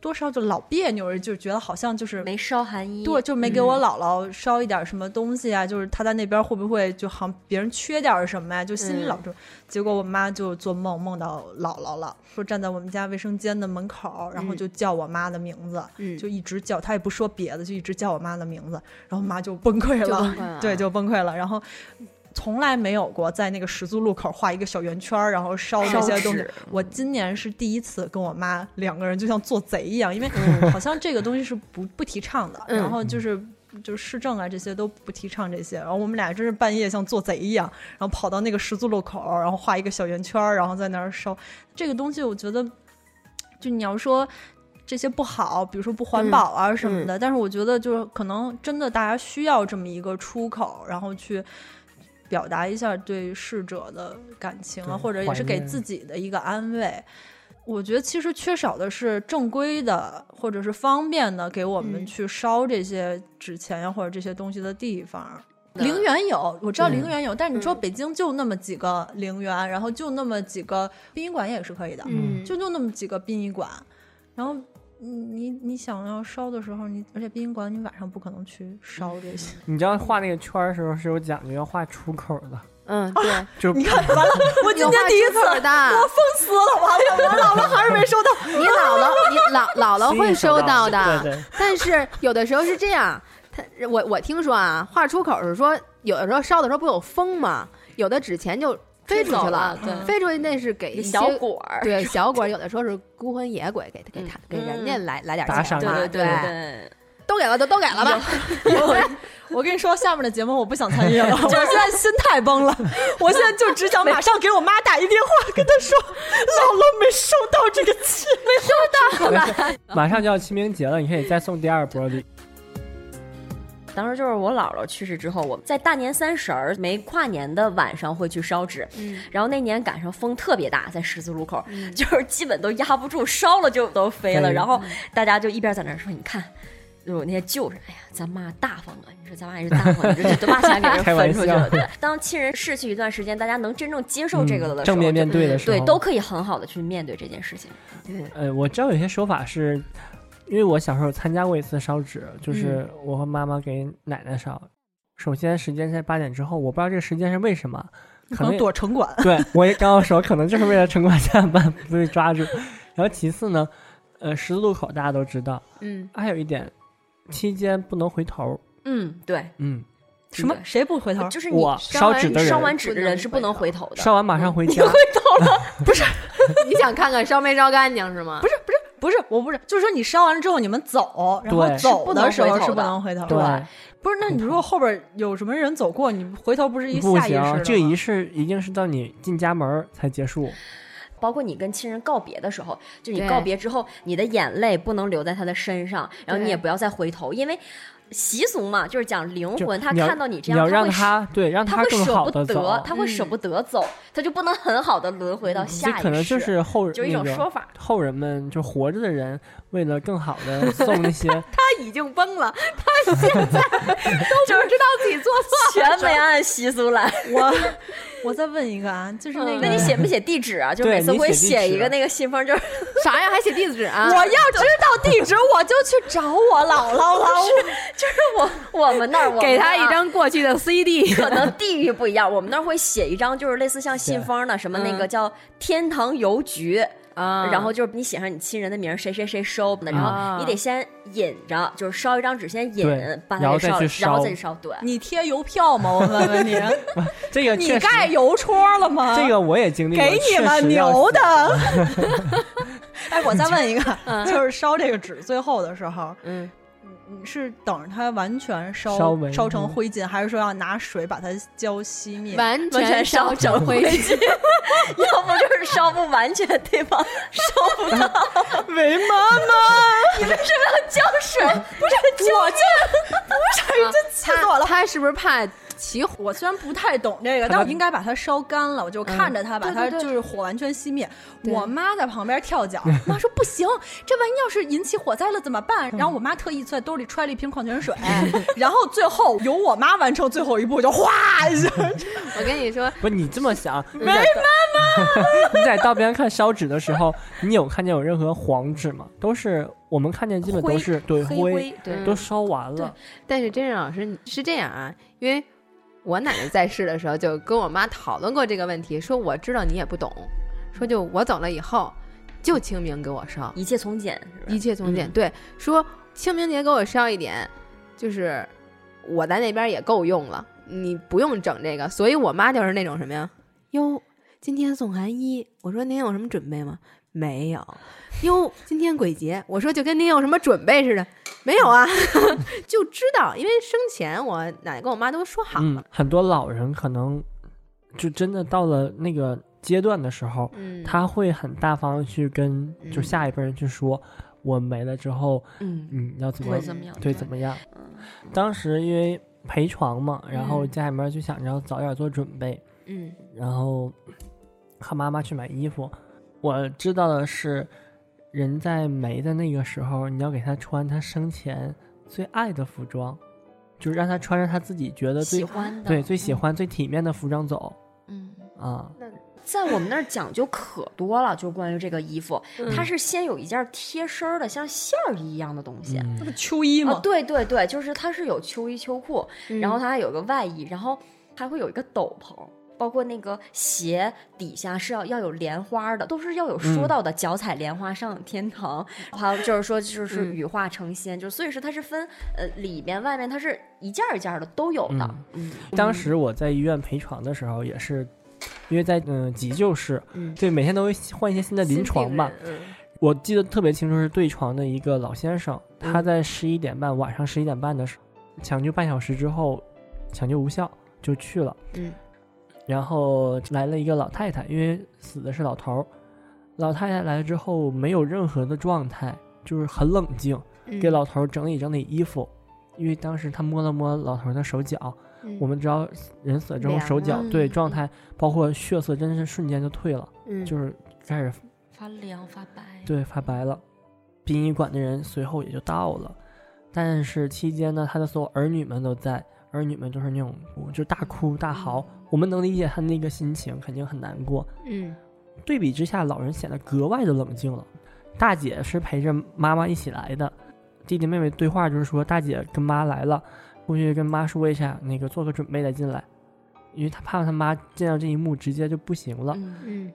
D: 多少就老别扭，就觉得好像就是
A: 没嗯烧寒衣，
D: 对，就没给我姥姥捎一点什么东西啊，就是她在那边会不会就好像别人缺点什么呀、就心里
A: 嗯
D: 老着。结果我妈就做梦梦到姥姥了，说站在我们家卫生间的门口，
A: 嗯
D: 然后就叫我妈的名字，
I: 嗯
D: 就一直叫，她也不说别的，就一直叫我妈的名字，然后妈就崩溃了，
I: 嗯
D: 对，就崩溃了，然后。从来没有过在那个十字路口画一个小圆圈儿，然后烧那些东西。我今年是第一次跟我妈两个人就像做贼一样，因为好像这个东西是不不提倡的，然后就是就是市政啊这些都不提倡这些。然后我们俩真是半夜像做贼一样，然后跑到那个十字路口，然后画一个小圆圈儿，然后在那儿烧。这个东西我觉得，就你要说这些不好，比如说不环保啊什么的，
B: 嗯
D: 但是我觉得就是可能真的大家需要这么一个出口，然后去表达一下对逝者的感情啊，
B: 对
D: 或者也是
B: 怀
D: 给
B: 念
D: 自己的一个安慰。我觉得其实缺少的是正规的或者是方便的给我们
I: 嗯
D: 去烧这些纸钱啊呀或者这些东西的地方。
A: 的
D: 陵园有，我知道
B: 嗯
D: 陵园有，但是你说北京就那么几个陵园，然后就那么几个殡仪馆也是可以的，
B: 嗯
D: 就就那么几个殡仪馆，然后嗯你你想要烧的时候，你而且殡仪馆你晚上不可能去烧 这些，
B: 你知道画那个圈儿的时候是有讲究，要画出口的，
I: 嗯，对，
B: 就
D: 你看完了， 我今天第一次，
C: 的，
D: 我疯死了，我还我姥姥还是没收到，
C: 你姥姥，你姥姥姥会收到的。
B: 对对，
C: 但是有的时候是这样，他我我听说啊，画出口是说，有的时候烧的时候不有风吗？有的纸钱就飞出去了，
A: 对
C: 飞出去那是给一
A: 给
C: 些
A: 小果儿，
C: 对小鬼，有的时候是孤魂野鬼给给他给人家来来点
B: 打
C: 钱
B: 赏
C: 嘛，
A: 对对
C: 对
A: 对，
C: 都给了就都给了吧，
D: 我跟你说，下面的节目我不想参与 了，我现在心态崩了，我现在就只想马上给我妈打一电话，跟她说，姥姥没收到这个钱，
A: 嗯
B: 马上就要清明节了，你可以再送第二波礼。
A: 当时就是我姥姥去世之后，我在大年三十儿没跨年的晚上会去烧纸，然后那年赶上风特别大，在十字路口，
C: 嗯
A: 就是基本都压不住，烧了就都飞了。
B: 嗯
A: 然后大家就一边在那儿说：“你看，就是我那些旧人，哎呀，咱妈大方啊！你说咱妈也是大方，你这都把钱给人
B: 开
A: 分
B: 玩
A: 出去了。
B: 笑
A: 对” 当亲人逝去一段时间，大家能真正接受这个了的
B: 嗯
A: 时候，
B: 正面面
A: 就
B: 对的时候，
A: 对都可以很好的去面对这件事情。
B: 呃，我知道有些手法是，因为我小时候参加过一次烧纸，就是
A: 嗯
B: 我和妈妈给奶奶烧。首先时间在八点之后，我不知道这个时间是为什么，可能
D: 躲城管。
B: 对我也刚要说，可能就是为了城管下班 不被抓住。然后其次呢，呃，十字路口大家都知道，
I: 嗯
B: 还有一点，期间不能回头。
A: 嗯，对，
B: 嗯，
D: 什么？谁不回头？
A: 就是你
B: 我
A: 烧
B: 烧纸的人
A: 烧完纸的人是不能回头的。
B: 烧完马上回家，
C: 你想看看烧没烧干净是吗？不是，
D: 不是，我不是，就是说你烧完了之后你们走，然后
B: 对
D: 走的时候是
A: 是
D: 不
A: 不
D: 能
A: 能
D: 回头的。
B: 对，
D: 不是，那你如果后边有什么人走过，你回头不是一
B: 不
D: 下意识的
B: 行
D: 吗，
B: 这个仪式一定是到你进家门儿才结束。
A: 包括你跟亲人告别的时候，就你
C: 对
A: 告别之后，你的眼泪不能留在他的身上，然后你
C: 对
A: 也不要再回头，因为习俗嘛，就是讲灵
B: 就
A: 魂，他
B: 你要
A: 看到你这
B: 你要
A: 样，
B: 让
A: 会舍
B: 他对让
A: 他会
B: 更
A: 舍
B: 好
A: 不
B: 的
A: 得
B: 走，，嗯
A: 他会舍不得走，他就不能很好的轮回到
B: 这
A: 下一世，
B: 可能就是后
A: 就一种
B: 那个
A: 说法。
B: 后人们就活着的人，为了更好的送 那些
A: 哎
I: 他已经崩了，他现在都不知道自己做错了
A: 全没按习俗来，
D: 我我再问一个啊，就是那
A: 嗯
D: 个
A: 那你写不写地址啊？就是
B: 对
A: 每次
B: 你
A: 会
B: 写地
A: 写一
B: 址
A: 个那个信封，就是
I: 啥呀？还写地址啊？
A: 我要知道地址，我就去找我姥姥了。 就是我我们那儿，我们啊
I: 给他
A: 那儿
I: 一张过去
C: 啊
I: 的 CD，
A: 可能地域不一样，我们那儿会写一张，就是类似像信封的，什么那个
B: 嗯
A: 叫天堂邮局。
I: 啊
A: 然后就是你写上你亲人的名儿，谁谁谁收的，然后你得先引着，就是烧一张纸，先引
B: 啊对，
A: 把
B: 然
A: 它
B: 后
A: 给
B: 再
A: 烧，
B: 去
A: 然后
B: 烧
A: 再去烧，对，
D: 你贴邮票吗？我问问你，
B: 这个
D: 你
B: 确实，
D: 盖邮戳了吗？
B: 这个我也经历过，
D: 给你
B: 确
D: 们
B: 实要
D: 牛
B: 死
D: 的。 哎，我再问一
B: 嗯
D: 个，就是烧这个纸最后的时候，
A: 嗯，
D: 你是等着它完全烧
B: 烧完嗯
D: 烧成灰烬，还是说要拿水把它浇熄灭？
I: 完
A: 完全
I: 全烧成灰烬。
A: 要不就是烧不完全的地方 烧不到。
D: 为妈妈，
A: 浇水不是浇
D: 我这不是这气死我了！
I: 他是不是怕起火？
D: 我虽然不太懂这个，但我应该把它烧干了，我就看着
C: 嗯
D: 它把它就是火完全熄灭。我妈在旁边 跳脚，我妈说不行，这万一要是引起火灾了怎么办？
C: 嗯
D: 然后我妈特意在兜里揣了一瓶矿泉水，
C: 哎
D: 然后最后由我妈完成最后一步，就哗一下。
I: 我跟你说，
B: 不，你这么想，没妈妈。你在道边看烧纸的时候，你有看见有任何黄纸吗？都是我们看见，基本都是对
A: 黑
B: 灰，
I: 对
B: 都烧完了。
I: 但是真正老师你是这样啊，因为我奶奶在世的时候就跟我妈讨论过这个问题，说我知道你也不懂，说就我走了以后就清明给我烧，
A: 一切从简，是吧
I: 一切从简。
A: 嗯
I: 对，说清明节给我烧一点，就是我在那边也够用了，你不用整这个。所以我妈就是那种什么呀，哟，今天送寒衣，我说您有什么准备吗？没有。哟，今天鬼节，我说就跟您有什么准备似的，没有啊， 就知道，因为生前我奶奶跟我妈都说好
B: 嗯
I: 了，，
B: 很多老人可能就真的到了那个阶段的时候，
I: 嗯，
B: 他会很大方地去跟就下一辈人去说，我没了之后，
A: 嗯，
B: 嗯，要怎么
A: 会怎么样？
B: 对怎么样？当时因为陪床嘛，然后家里面就想着要早点做准备，
A: 嗯，
B: 然后和妈妈去买衣服。我知道的是，人在没的那个时候，你要给他穿他生前最爱的服装，就是让他穿着他自己觉得
A: 喜
B: 最
A: 欢的
B: 对最喜欢、最体面的服装走
A: 嗯。
B: 啊。
A: 在我们那儿讲究可多了，就关于这个衣服，它是先有一件贴身儿的，像线儿一样的东西。
B: 嗯
D: 秋衣
A: 啊，？对对对，就是它是有秋衣秋裤，
I: 嗯
A: 然后它还有个外衣，然后还会有一个斗篷，包括那个鞋底下是要要有莲花的，都是要有
B: 嗯
A: 说到的“脚踩莲花上天堂”，还有就是说就是
I: 嗯
A: 羽化成仙，就所以说它是分呃里面外面它是一件儿一件儿的都有的，嗯
B: 当时我在医院陪床的时候，也是因为在嗯、急救室，
A: 嗯
B: 对，每天都会换一些新的临床嘛。我记得特别清楚，是对床的一个老先生，
A: 嗯
B: 他在十一点半晚上十一点半的时候，抢救半小时之后，抢救无效就去了。
A: 嗯，
B: 然后来了一个老太太，因为死的是老头儿，老太太来了之后没有任何的状态，就是很冷静，
C: 嗯
B: 给老头儿整理整理衣服。因为当时他摸了摸老头儿的手脚，
C: 嗯
I: 嗯
B: 我们知道人死了之后
I: 凉
B: 手脚
A: 了
B: 对
A: 嗯
B: 状态，包括血色，真是瞬间就退了，
I: 嗯
B: 就是开始
A: 发凉发白，
B: 对，发白了。殡仪馆的人随后也就到了，但是期间呢，他的所有儿女们都在，儿女们就是那种就大哭大嚎，我们能理解他那个心情，肯定很难过。
I: 嗯
B: 对比之下，老人显得格外的冷静了。大姐是陪着妈妈一起来的，弟弟妹妹对话就是说，大姐跟妈来了，过去跟妈说一下，那个做个准备再进来，因为他怕他妈见到这一幕直接就不行了。
A: 嗯
I: 嗯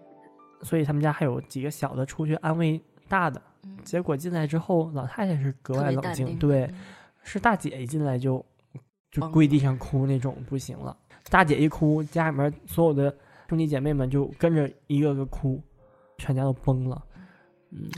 B: 所以他们家还有几个小的出去安慰大的。
A: 嗯
B: 结果进来之后，老太太是格
A: 特
B: 外
A: 别
B: 冷
A: 淡
B: 静，
A: 定
B: 对，
A: 嗯
B: 是大姐一进来就就
A: 崩
B: 跪地上哭那种，不行了。大姐一哭，家里面所有的兄弟姐妹们就跟着一个个哭，全家都崩了。嗯，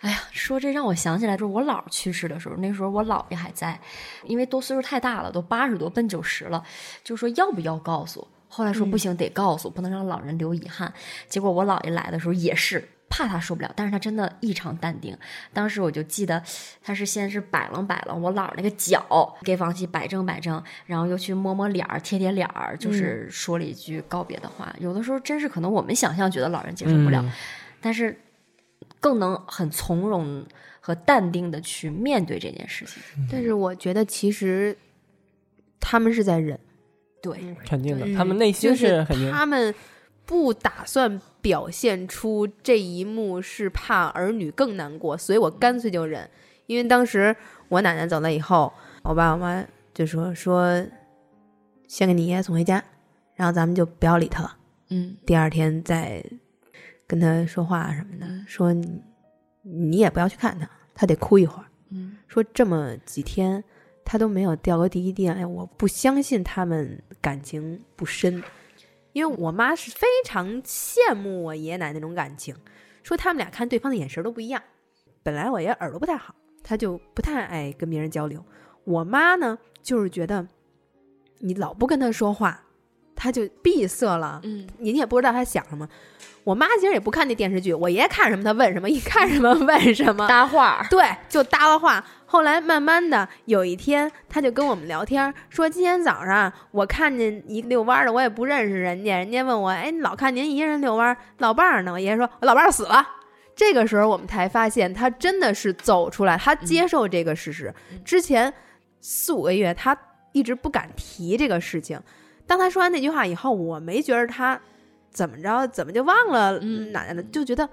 A: 哎呀，说这让我想起来，就是我姥儿去世的时候，那时候我姥爷还在，因为都岁数太大了，都八十多奔九十了，就说要不要告诉
E: 后来说
D: 嗯
E: 不行，得告诉，不能让老人留遗憾。结果我姥爷来的时候也是怕他受不了，但是他真的异常淡定。当时我就记得他是先是摆弄摆弄我姥儿那个脚，给王琦摆正摆正，然后又去摸摸脸儿、贴贴脸儿，就是说了一句告别的话。有的时候真是可能我们想象觉得老人接受不了，
B: 嗯
E: 但是更能很从容和淡定的去面对这件事情。
C: 但是我觉得其实他们是在忍，
E: 对，
B: 肯定的，
C: 嗯
B: 他们内
C: 就
B: 心
C: 是
B: 肯定。
C: 他们不打算表现出这一幕是怕儿女更难过，所以我干脆就忍。因为当时我奶奶走了以后，我爸我妈就说说，先给你爷爷送回家，然后咱们就不要理他了。
E: 嗯
C: 第二天再跟他说话什么的，
E: 嗯
C: 说你你也不要去看他，他得哭一会儿。
E: 嗯，
C: 说这么几天他都没有掉过第一滴，哎，我不相信他们感情不深，因为我妈是非常羡慕我爷爷奶奶那种感情，说他们俩看对方的眼神都不一样。本来我爷耳朵不太好，他就不太爱跟别人交流。我妈呢，就是觉得你老不跟他说话，他就闭塞了，
E: 嗯，
C: 你也不知道他想什么。我妈其实也不看那电视剧，我爷爷看什么他问什么，一看什么问什么，
E: 搭话 儿，
C: 对，就搭了话。后来慢慢的，有一天他就跟我们聊天，说今天早上我看见一遛弯儿的，我也不认识人家，人家问我，哎，你老看您一个人遛弯儿，老伴儿呢？我爷爷说，我老伴儿死了。这个时候我们才发现，他真的是走出来，他
B: 嗯
C: 接受这个事实。之前四五个月，他一直不敢提这个事情。当他说完那句话以后，我没觉得他怎么着，怎么就忘了
E: 嗯
C: 奶奶了，就觉得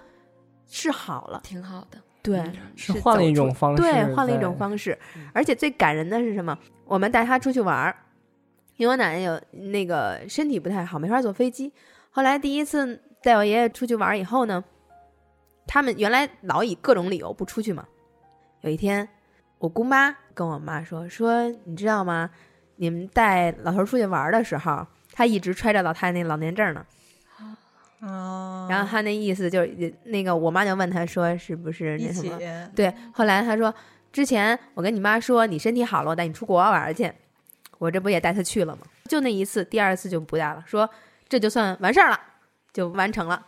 C: 是好了。
E: 挺好的。
C: 对，
B: 是
C: 走
B: 换了一
C: 出
B: 种方
C: 对
B: 式，
C: 换了一种
B: 在嗯
C: 方式。而且最感人的是什么？我们带他出去玩儿，因为我奶奶有那个身体不太好，没法坐飞机。后来第一次带我爷爷出去玩儿以后呢，他们原来老以各种理由不出去嘛。有一天，我姑妈跟我妈说：“说你知道吗？你们带老头儿出去玩儿的时候，他一直揣着老太太那老年证呢。”
B: 嗯
D: 啊，
C: 然后他那意思就是也，那个我妈就问他说：“是不是
D: 一
C: 那什
D: 起
C: 么？”对，后来他说，之前我跟你妈说你身体好了，我带你出国玩儿去，我这不也带她去了吗？就那一次，第二次就不带了，说这就算完事儿了，就完成了。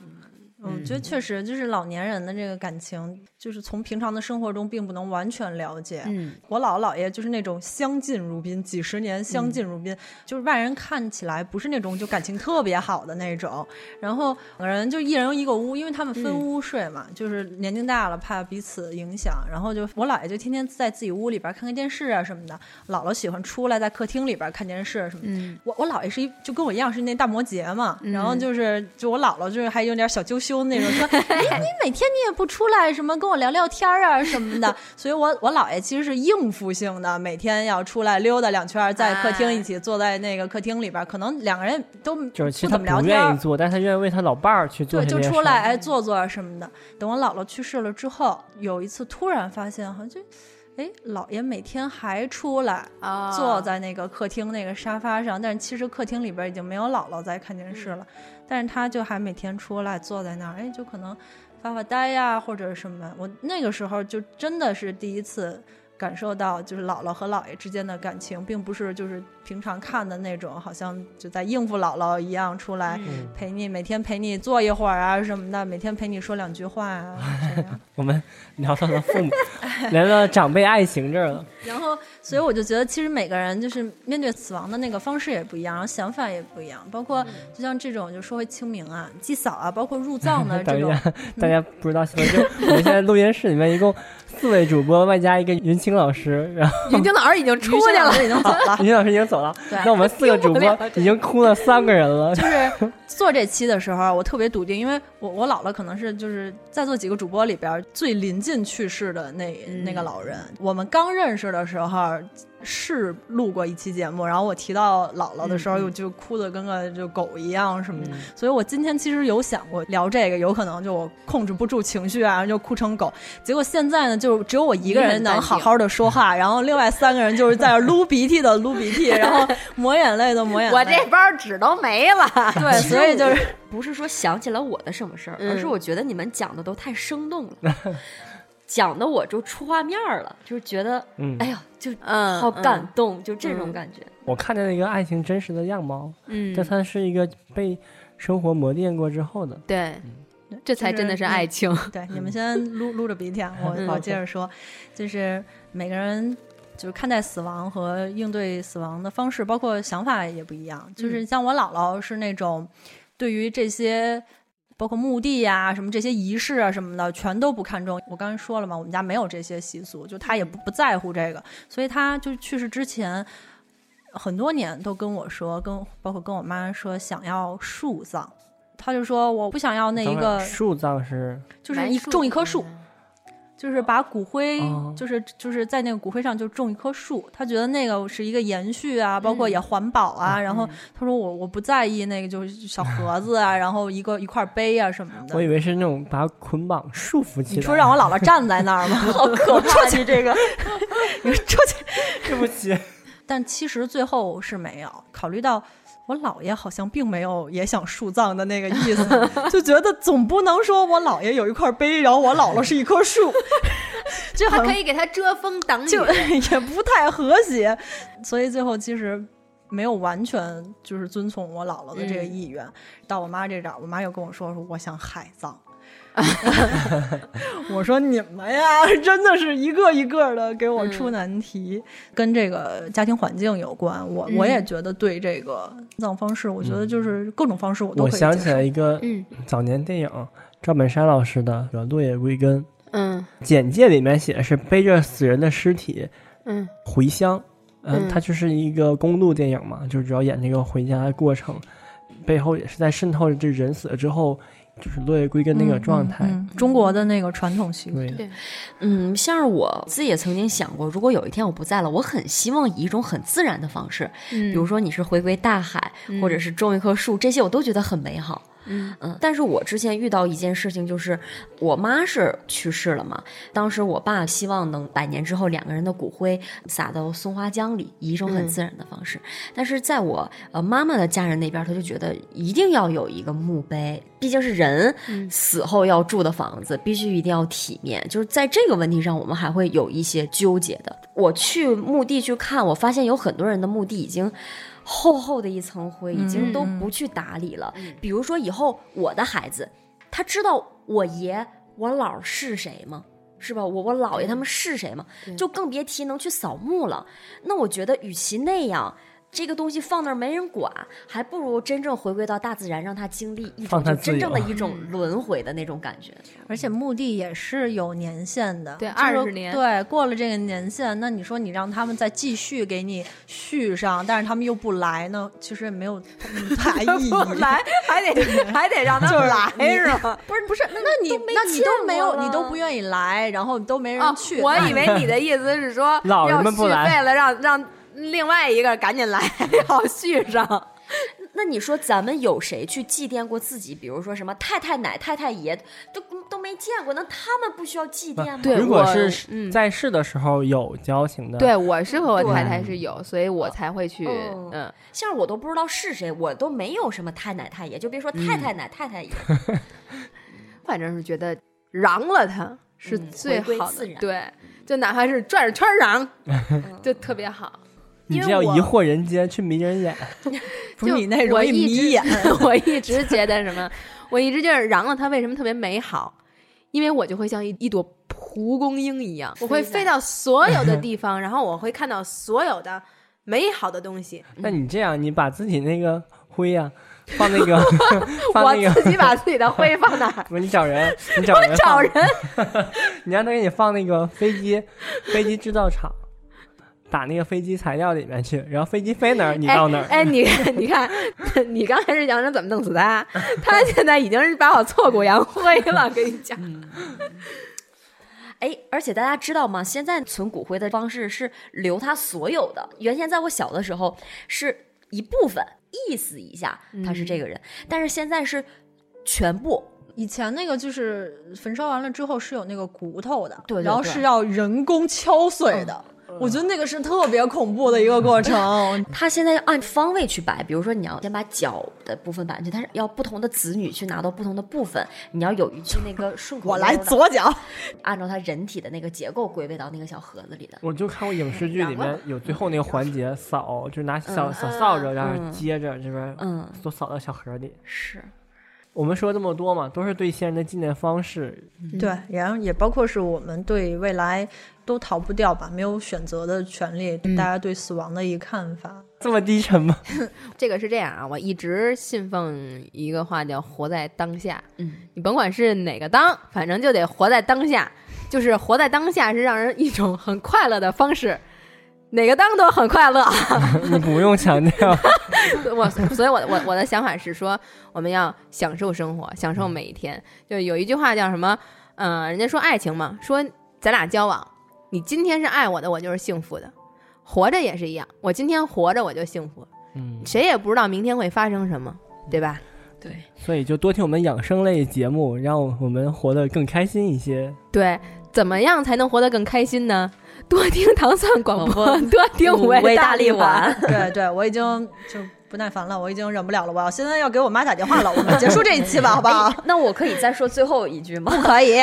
D: 我觉
C: 嗯
D: 得确实嗯就是老年人的这个感情，就是从平常的生活中并不能完全了解。
C: 嗯，
D: 我姥姥姥爷就是那种相敬如宾，几十年
C: 嗯
D: 相敬如宾，就是外人看起来不是那种就感情特别好的那种。然后两个人就一人一个屋，因为他们分
C: 嗯
D: 屋睡嘛，就是年龄大了怕彼此影响，然后就我姥爷就天天在自己屋里边看看电视啊什么的，姥姥喜欢出来在客厅里边看电视啊什么的。
C: 嗯
D: 我我姥爷是一就跟我一样是那大摩羯嘛，然后就是就我姥姥就是还有点小羞羞那种，说哎你每天你也不出来什么跟我聊聊天儿啊什么的， 所以我我姥爷其实是应付性的，每天要出来溜达两圈儿，在客厅一起坐在那个客厅里边儿，可能两个人都
B: 就是其
D: 不
B: 实他
D: 怎么聊
B: 不
D: 天
B: 愿
D: 儿
B: 意，做，但他愿意为他老伴儿去做
D: 对，
B: 这
D: 就
B: 件
D: 出来
B: 事儿
D: 哎坐坐什么的。等我姥姥去世了之后，有一次突然发现好像就。哎，姥爷每天还出来，
C: 啊
D: 坐在那个客厅那个沙发上，但是其实客厅里边已经没有姥姥在看电视了，但是他就还每天出来坐在那儿，哎，就可能发发呆呀、或者什么。我那个时候就真的是第一次感受到，就是姥姥和姥爷之间的感情，并不是就是平常看的那种，好像就在应付姥姥一样出来
B: 嗯
D: 陪你，每天陪你坐一会儿啊什么的，每天陪你说两句话啊这样。
B: 我们聊到了父母，聊到了长辈爱情这儿了。
D: 然后，所以我就觉得，其实每个人就是面对死亡的那个方式也不一样，然后想法也不一样。包
B: 嗯
D: 括就像这种，就说回清明啊、祭扫啊，包括入葬 的
B: 等
D: 这
B: 一
D: 种
B: 下，大家不知道，就我们现在录音室里面一共四位主播，外加一个云清老师，然后。
C: 云京老师已经出
D: 出
C: 去
D: 去
C: 了，
D: 了，已经走 了
B: 云清老师已经走了，
D: 啊对
B: 那我们四个 主播已经哭了三个人了。
D: 就是做这期的时候，啊我特别笃定，因为我我姥姥可能是就是在座几个主播里边最临近去世的那、那个老人。我们刚认识的时候啊是录过一期节目，然后我提到姥姥的时候，我就哭的跟个就狗一样什么
B: 嗯
D: 的。所以我今天其实有想过聊这个，有可能就我控制不住情绪啊，就哭成狗。结果现在呢，就只有我一个人能好好的说话，然后另外三个人就是在那撸鼻涕的撸鼻涕，然后抹眼泪的抹眼泪。
C: 我这包纸都没 了。
D: 对，所以就是
E: 不是说想起来我的什么事儿，
C: 嗯
E: 而是我觉得你们讲的都太生动 了，讲的我就出画面儿了，就是觉得，
B: 嗯
E: 哎呀，就
C: 嗯
E: 好感动，就这种
C: 嗯
E: 感觉。
B: 我看见了一个爱情真实的样貌，
C: 嗯
B: 但它是一个被生活磨练过之后的。
C: 对，这才真的是
D: 嗯
C: 爱情。
D: 对，你们先撸撸着鼻涕啊，我我接着说，就是每个人就是看待死亡和应对死亡的方式，包括想法也不一样。就是像我姥姥是那种对于这些。包括墓地呀、什么这些仪式啊什么的，全都不看重。我刚才说了嘛，我们家没有这些习俗，就她也不不在乎这个，所以她就去世之前很多年都跟我说，跟包括跟我妈说想要树葬，她就说我不想要那一
B: 等会儿
D: 个
B: 树葬是
D: 就是 一种一棵树，就是把骨灰，
B: 哦
D: 就是就是在那个骨灰上就种一棵树。他觉得那个是一个延续啊，包
C: 嗯
D: 括也环保
B: 嗯
D: 啊。然后他说我我不在意那个就是小盒子啊，然后一个一块碑啊什么
B: 我以
D: 的。
B: 为是那种把它捆绑束缚起来。
D: 你说让我 姥姥站在那儿吗？ 好可怕！你这个，你出去。
B: 对不起，
D: 但其实最后是没有考虑到。我姥爷好像并没有也想树葬的那个 意思，就觉得总不能说我姥爷有一块碑，然后我姥姥是一棵树， 这
C: 他
D: 很
C: 可以给他遮风挡雨，
D: 就 也不太和谐，所以最后其实没有完全就是遵从我姥姥的这个意愿。到我妈这点儿，我妈又跟我说说我想海葬。我说你们呀，真的是一个一个的给我出难题，跟这个家庭环境有关。我、我也觉得对这个葬方式，我觉得就是各种方式我
B: 嗯
D: 都
B: 我
D: 可以接受。
B: 想起来一个
C: 嗯
B: 早年电影，赵本山老师的《落叶归根》，
C: 嗯
B: 简介里面写的是背着死人的尸体
C: 嗯
B: 回乡，
C: 嗯
B: 嗯，它就是一个公路电影嘛，就是主要演这个回家的过程，背后也是在渗透着这人死了之后，就是落叶归根那个状态。
D: 嗯嗯中国的那个传统习俗。
B: 对，
A: 嗯，像是我自己也曾经想过，如果有一天我不在了，我很希望以一种很自然的方式，
C: 嗯，
A: 比如说你是回归大海，或者是种一棵树，这些我都觉得很美好。
C: 嗯
A: 但是我之前遇到一件事情，就是我妈是去世了嘛，当时我爸希望能百年之后两个人的骨灰撒到松花江里，以一种很自然的方式。但是在我呃妈妈的家人那边，他就觉得一定要有一个墓碑，毕竟是人死后要住的房子，必须一定要体面。就是在这个问题上，我们还会有一些纠结的。我去墓地去看，我发现有很多人的墓地已经。厚厚的一层灰，已经都不去打理了。
D: 嗯
A: 比如说，以后我的孩子，他知道我爷、我姥儿是谁吗？是吧？我我姥爷他们是谁吗？就更别提能去扫墓了。那我觉得，与其那样，这个东西放那儿没人管，还不如真正回归到大自然，让它经历一种
B: 放它
A: 就
B: 自由
A: 真正的一种轮回的那种感觉。
D: 而且墓地也是有年限的，
C: 对
D: 就是
C: 20年
D: 对，过了这个年限，那你说你让他们再继续给你续上，但是他们又不来呢，其实也没有太意义。
I: 来还得还得让他们来是吗？
D: 不是不是，那你那你
A: 见
D: 都没有，
A: 过啊
D: 你
A: 了哦
D: 都不愿意来，然后都没
C: 哦
I: 啊
D: 人去，
I: 我
D: 那
I: 以为你的意思是说
B: 老人们不来
I: 要续费了，让让另外一个赶紧 来，要续上。
A: 那你说咱们有谁去祭奠过自己？比如说什么太太奶、太太爷，都都没见过，那他们不需要祭奠吗？
C: 对
B: 如果
C: 我
B: 是
C: 嗯
B: 在世的时候有交情的，
C: 对，我是和我
A: 对
C: 太太是有，所以我才会去，
A: 哦
C: 嗯，
A: 像我都不知道是谁，我都没有什么太奶太爷，就别说太太
D: 嗯
A: 奶、太太爷。
C: 反正是觉得嚷了他是
A: 嗯
C: 最
A: 回归
C: 好的
A: 自，然
C: 对，就哪怕是转着圈儿嚷，就特别好。
B: 你
D: 因为
B: 这要
D: 我
B: 迷惑人间，去迷人眼。
C: 嗯
D: 不是
C: 就
D: 你那容易
C: 我一直
D: 迷眼。
C: 我一直觉得什么，我一直就是嚷了它为什么特别美好，因为我就会像一一朵蒲公英一样，我会
A: 飞
C: 飞到所有的地方，然后我会看到所有的美好的东西。
B: 那你这样，你把自己那个灰呀、放那 个
C: 我
B: 放那个，
C: 自己把自己的灰放哪 儿？
B: 不是你找人， 你找人
C: 找
B: 放
C: 人，
B: 你让他给你放那个飞机，飞机制造厂，打那个飞机材料里面去，然后飞机飞哪儿你到哪 儿。
C: 哎，哎你看，你看， 你刚才是想着怎么弄死他，他现在已经是把我挫骨扬灰了。跟你讲，
A: 哎，而且大家知道吗？现在存骨灰的方式是留它所有的。原先在我小的时候是一部分，意思一下他是
D: 嗯
A: 这个人，但是现在是全部。
D: 以前那个就是焚烧完了之后是有那个骨头的，
A: 对对嗯
D: 然后
A: 对
D: 是要人工敲碎的。我觉得那个是特别恐怖的一个过程。
A: 它现在按方位去摆，比如说你要先把脚的部分摆进去，它是要不同的子女去拿到不同的部分，你要有一句那个顺口溜
D: 我
A: 的
D: 来左脚，
A: 按照它人体的那个结构归位到那个小盒子里的。
B: 我就看过影视剧里面有最后那个环节扫，就拿小
A: 嗯
B: 小扫帚，然后
A: 嗯
B: 接着这边
A: 嗯，
B: 都扫到小盒里。
A: 是，
B: 我们说这么多嘛，都是对先人的纪念方式。
D: 对，
A: 嗯
D: 然后也包括是我们对未来都逃不掉吧，没有选择的权利，
A: 嗯
D: 大家对死亡的一个看法。
B: 这么低沉吗？
C: 这个是这样啊，我一直信奉一个话叫“活在当下”。
A: 嗯，
C: 你甭管是哪个当，反正就得活在当下。就是活在当下是让人一种很快乐的方式，哪个当都很快乐。
B: 你不用强调，
C: 我所以我，我我的想法是说，我们要享受生活，享受每一天。就有一句话叫什么？嗯、人家说爱情嘛，说咱俩交往，你今天是爱我的，我就是幸福的。活着也是一样，我今天活着我就幸福，
B: 嗯，
C: 谁也不知道明天会发生什么，对吧？
B: 所以就多听我们养生类节目，让我们活得更开心一些。
C: 对，怎么样才能活得更开心呢？多听糖蒜广播，多听
A: 五味
C: 味
A: 大力
C: 力
A: 丸。
D: 对对，我已经就不耐烦了，我已经忍不了了，我要现在要给我妈打电话 了，我们结束这一期吧，好不好？
A: 那我可以再说最后一句吗？
D: 可以，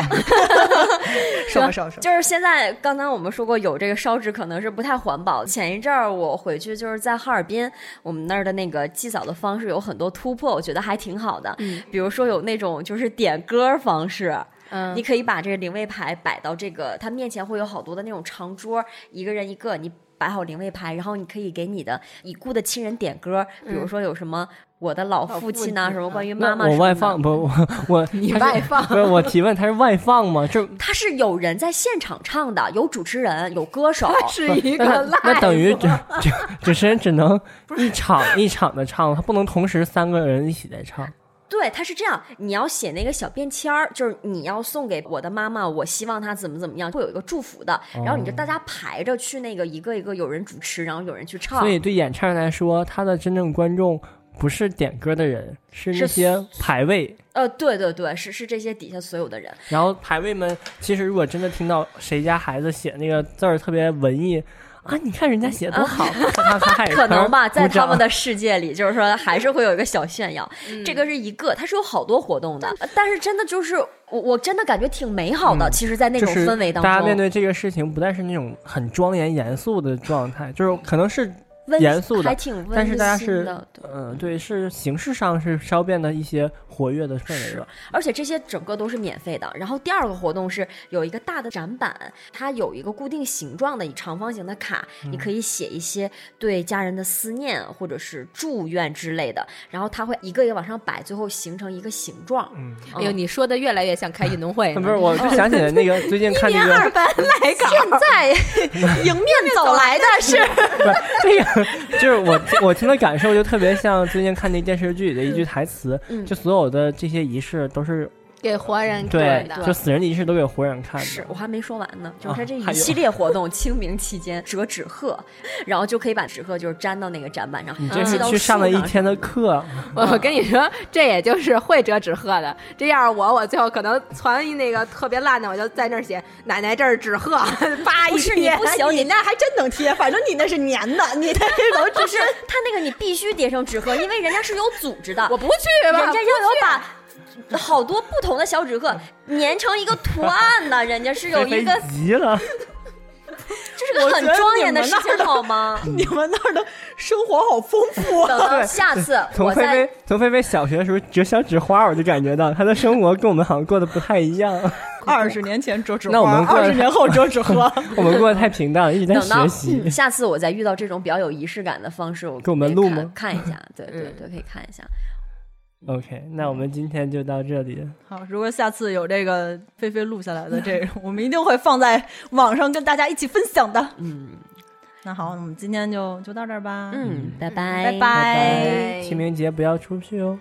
D: 收吧收吧收吧。
A: 就是现在，刚才我们说过有这个烧纸可能是不太环保。前一阵儿我回去就是在哈尔滨，我们那儿的那个祭扫的方式有很多突破，我觉得还挺好的。
D: 嗯
A: 比如说有那种就是点歌儿方式，
C: 嗯
A: 你可以把这个灵位牌摆到这个，它面前会有好多的那种长桌，一个人一个，你摆好灵位牌，然后你可以给你的已故的亲人点歌，比如说有什么我的老父亲呐、
D: 嗯老父亲啊
A: 什么关于
B: 那
A: 妈妈什
B: 我
A: 么
B: 外
A: 的
B: 放不，我我
C: 你
B: 它是
C: 外放
B: 不是我提问，它是外放吗？ 这
A: 它是有人在现场唱的，有主持人，有歌手，
C: 是一
B: 那
C: 个
B: 它那
C: live
B: 等于只只主持人只 能一场一场的唱，他不能同时三个人一起在唱。
A: 对，他是这样，你要写那个小便签儿，就是你要送给我的妈妈，我希望她怎么怎么样，会有一个祝福的。
B: 哦
A: 然后你就大家排着去那个一个一个，有人主持，然后有人去唱
B: 所。以对演唱人来说，他的真正观众不是点歌的人，是那
A: 是
B: 些排位。
A: 呃，对对对，是是这些底下所有的人，
B: 然后排位们，其实如果真的听到谁家孩子写那个字儿特别文艺啊，你看人家写多好，他他哎还
A: 嗯 可能吧，在他们
B: 的
A: 的世界里，就是说还是会有一个小炫耀。这个是一个，它是有好多活动的，呃但是真的就是我我真的感觉挺美好的。
B: 嗯
A: 其实，在那种氛围当中，
B: 大家面对这个事情不再是那种很庄严严肃的状态，就是可能是
A: 温
B: 严肃的
A: 还挺温馨的，
B: 但是大家是
A: 对
B: 嗯、呃对，是形式上是稍变的一些活跃的氛围了。
A: 而且这些整个都是免费的。然后第二个活动是有一个大的展板，它有一个固定形状的以长方形的卡，你可以写一些对家人的思念或者是祝愿之类的。然后它会一个一个往上摆，最后形成一个形状。
B: 嗯，
C: 哎呦，你说的越来越像开运动会
B: 啊不
A: 嗯
C: 了。
B: 是，我就想起来那
A: 哦
B: 个最近看 那个
A: 来稿，现在迎面走来的是
B: 不是这个，就是我我听的感受就特别像最近看那电视剧里的一句台词，
A: 嗯
B: 就所有的这些仪式都是
C: 给活人
B: 对
C: 看的，
B: 就死人的仪式都给活人看
A: 是
B: 的。
A: 我还没说完呢，就是
B: 啊
A: 它这
B: 还
A: 一
B: 有
A: 系列活动，清明期间折纸鹤，然后就可以把纸鹤就是粘到那个展板上，
B: 你这
A: 寄
B: 是
A: 啊到
B: 去上了
A: 树
B: 一
A: 上
B: 天的课，
C: 我跟你说，这也就是会折纸鹤的。这样我我最后可能传一那个特别烂的，我就在那儿写奶奶这儿纸 鹤，叭一
A: 不是你
C: 贴
A: 不行，
D: 哎你那还真能贴，反正你那是粘的，你那是能
A: 不是他那个你必须叠上纸鹤，因为人家是有组织的，
C: 我不去吧
A: 人家，要
D: 啊
A: 有把好多不同的小纸鹤粘成一个图案呢，人家是有一个
B: 菲菲，急了，
A: 这是个很庄严的事
D: 我
A: 情，
D: 觉得你们那儿的
A: 好吗？
D: 你们那儿的生活好丰富啊！
A: 等到下次
B: 从
A: 我
B: 菲
A: 再
B: 菲从菲菲小学的时候折小纸花，我就感觉到她的生活跟我们好像过得不太一样。
D: 二十年前折纸
B: 那我
D: 花，
B: 们过来
D: 二十年后折纸鹤，
B: 我们过得太平淡了，一直在
A: 等到
B: 学习。
A: 下次我再遇到这种比较有仪式感的方式，我
B: 给我们
A: 可以
B: 录
A: 看
B: 吗
A: 看一下，对
D: 嗯
A: 对对，可以看一下。
B: OK，那我们今天就到这里。
D: 好，如果下次有这个菲菲录下来的这个，我们一定会放在网上跟大家一起分享的。嗯，那好，我们今天就就到这儿吧。，
A: 嗯，拜拜，
D: 拜拜
B: 哎清明节不要出去哦。